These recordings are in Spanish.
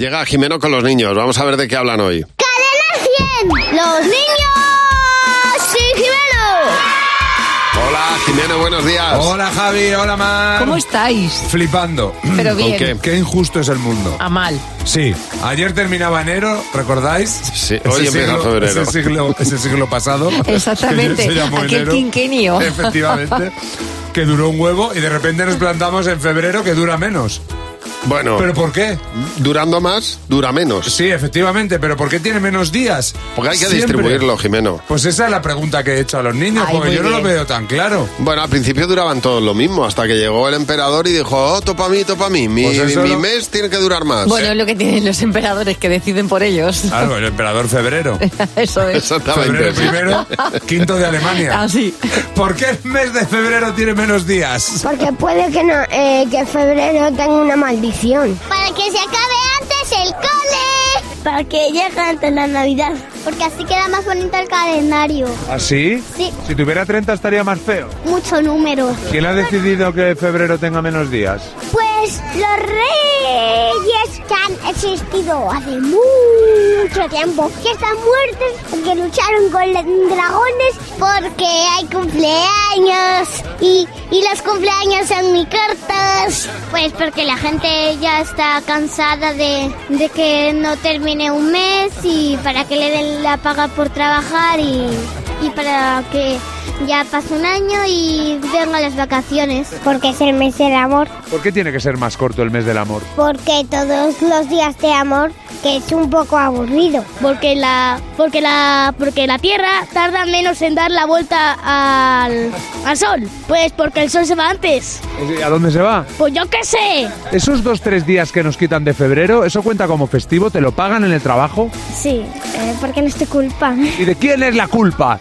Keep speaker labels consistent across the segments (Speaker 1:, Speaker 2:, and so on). Speaker 1: Llega Jimeno con los niños. Vamos a ver de qué hablan hoy.
Speaker 2: Los niños sí,
Speaker 1: Hola, Jimeno, buenos días.
Speaker 3: Hola Javi, hola Mar.
Speaker 4: ¿Cómo estáis?
Speaker 3: Flipando.
Speaker 4: Pero
Speaker 1: ¿Con
Speaker 4: bien. Ah.
Speaker 1: qué?
Speaker 3: Qué injusto es el mundo.
Speaker 4: A mal.
Speaker 3: Sí, ayer terminaba enero, ¿recordáis?
Speaker 1: Sí, hoy
Speaker 3: Ese
Speaker 1: empieza
Speaker 3: siglo-
Speaker 1: febrero.
Speaker 3: Ese siglo, ese siglo pasado.
Speaker 4: Exactamente,
Speaker 3: que se llamó
Speaker 4: aquel
Speaker 3: enero.
Speaker 4: quinquenio.
Speaker 3: Efectivamente. Que duró un huevo y de repente nos plantamos en febrero que dura menos.
Speaker 1: Bueno,
Speaker 3: ¿Pero por qué?
Speaker 1: durando más, dura menos.
Speaker 3: Sí, efectivamente, pero ¿por qué tiene menos días?
Speaker 1: Porque hay que
Speaker 3: Siempre.
Speaker 1: distribuirlo, Jimeno.
Speaker 3: Pues esa es la pregunta que he hecho a los niños,
Speaker 4: Ay,
Speaker 3: porque
Speaker 4: muy
Speaker 3: yo no lo
Speaker 4: bien.
Speaker 3: veo tan claro.
Speaker 1: Bueno, al principio duraban todos lo mismo, hasta que llegó el emperador y dijo, oh, topa a mí, topa a mí. Mi,
Speaker 3: Pues eso
Speaker 1: mi
Speaker 3: no-
Speaker 1: mes tiene que durar más.
Speaker 4: Bueno, es lo que tienen los emperadores que deciden por ellos.
Speaker 3: Claro, el emperador febrero.
Speaker 4: Eso es. Ah,
Speaker 1: Exactamente.
Speaker 3: Febrero
Speaker 1: sí.
Speaker 3: primero, quinto de Alemania.
Speaker 4: Así.
Speaker 3: ¿Por qué el mes de febrero tiene menos días?
Speaker 2: Porque puede que, no, eh, que febrero tenga una maldición. Para que se acabe antes el cole. Para que llegue antes la Navidad. Porque así queda más bonito el calendario.
Speaker 5: ¿Así?
Speaker 2: Sí.
Speaker 5: ¿Ah, Si tuviera 30 estaría más feo.
Speaker 2: Mucho número.
Speaker 5: ¿Quién ha decidido que febrero tenga menos días?
Speaker 2: Pues los reyes que han existido hace mucho tiempo, que están muertos, que lucharon con los dragones, porque hay cumpleaños y, y los cumpleaños son muy cortos. Pues porque la gente ya está cansada de, de que no termine un mes y para que le den la paga por trabajar y, y para que ya pase un año y vengan las vacaciones. Porque es el mes del amor.
Speaker 5: ¿Por qué tiene que ser más corto el mes del amor?
Speaker 2: Porque todos los días de amor, que es un poco aburrido.
Speaker 6: porque la porque la porque la Tierra tarda menos en dar la vuelta al, al sol. Pues porque el sol se va antes.
Speaker 5: ¿A dónde se va?
Speaker 6: Pues yo qué sé.
Speaker 5: Esos dos, tres días que nos quitan de febrero, ¿eso cuenta como festivo? ¿Te lo pagan en el trabajo?
Speaker 2: Sí, eh, porque no es tu culpa.
Speaker 5: ¿Y de quién es la culpa?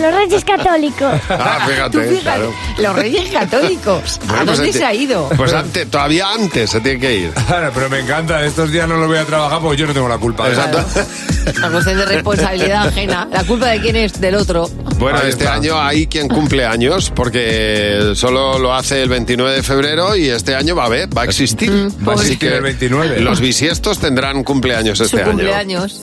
Speaker 2: los reyes católicos.
Speaker 1: Ah,
Speaker 4: Tú
Speaker 1: fíjate,
Speaker 4: fíjate,
Speaker 1: claro.
Speaker 4: Los reyes católicos. ¿A
Speaker 1: Bueno, pues
Speaker 4: dónde
Speaker 1: enti-
Speaker 4: se ha ido?
Speaker 1: Pues antes, todavía antes se tiene que ir.
Speaker 3: Claro, pero me encanta, estos días no lo voy a trabajar porque yo no tengo la culpa.
Speaker 1: Exacto.
Speaker 4: La cuestión de responsabilidad ajena. ¿La culpa de quién es? Del otro.
Speaker 1: Bueno,
Speaker 3: Ahí
Speaker 1: este
Speaker 3: está.
Speaker 1: año hay quien cumple años, porque solo lo hace el 29 de febrero y este año va a
Speaker 4: Mm,
Speaker 1: haber, va a existir.
Speaker 3: Va a existir el 29.
Speaker 1: Los bisiestos tendrán cumpleaños
Speaker 4: Su
Speaker 1: este año.
Speaker 4: cumpleaños.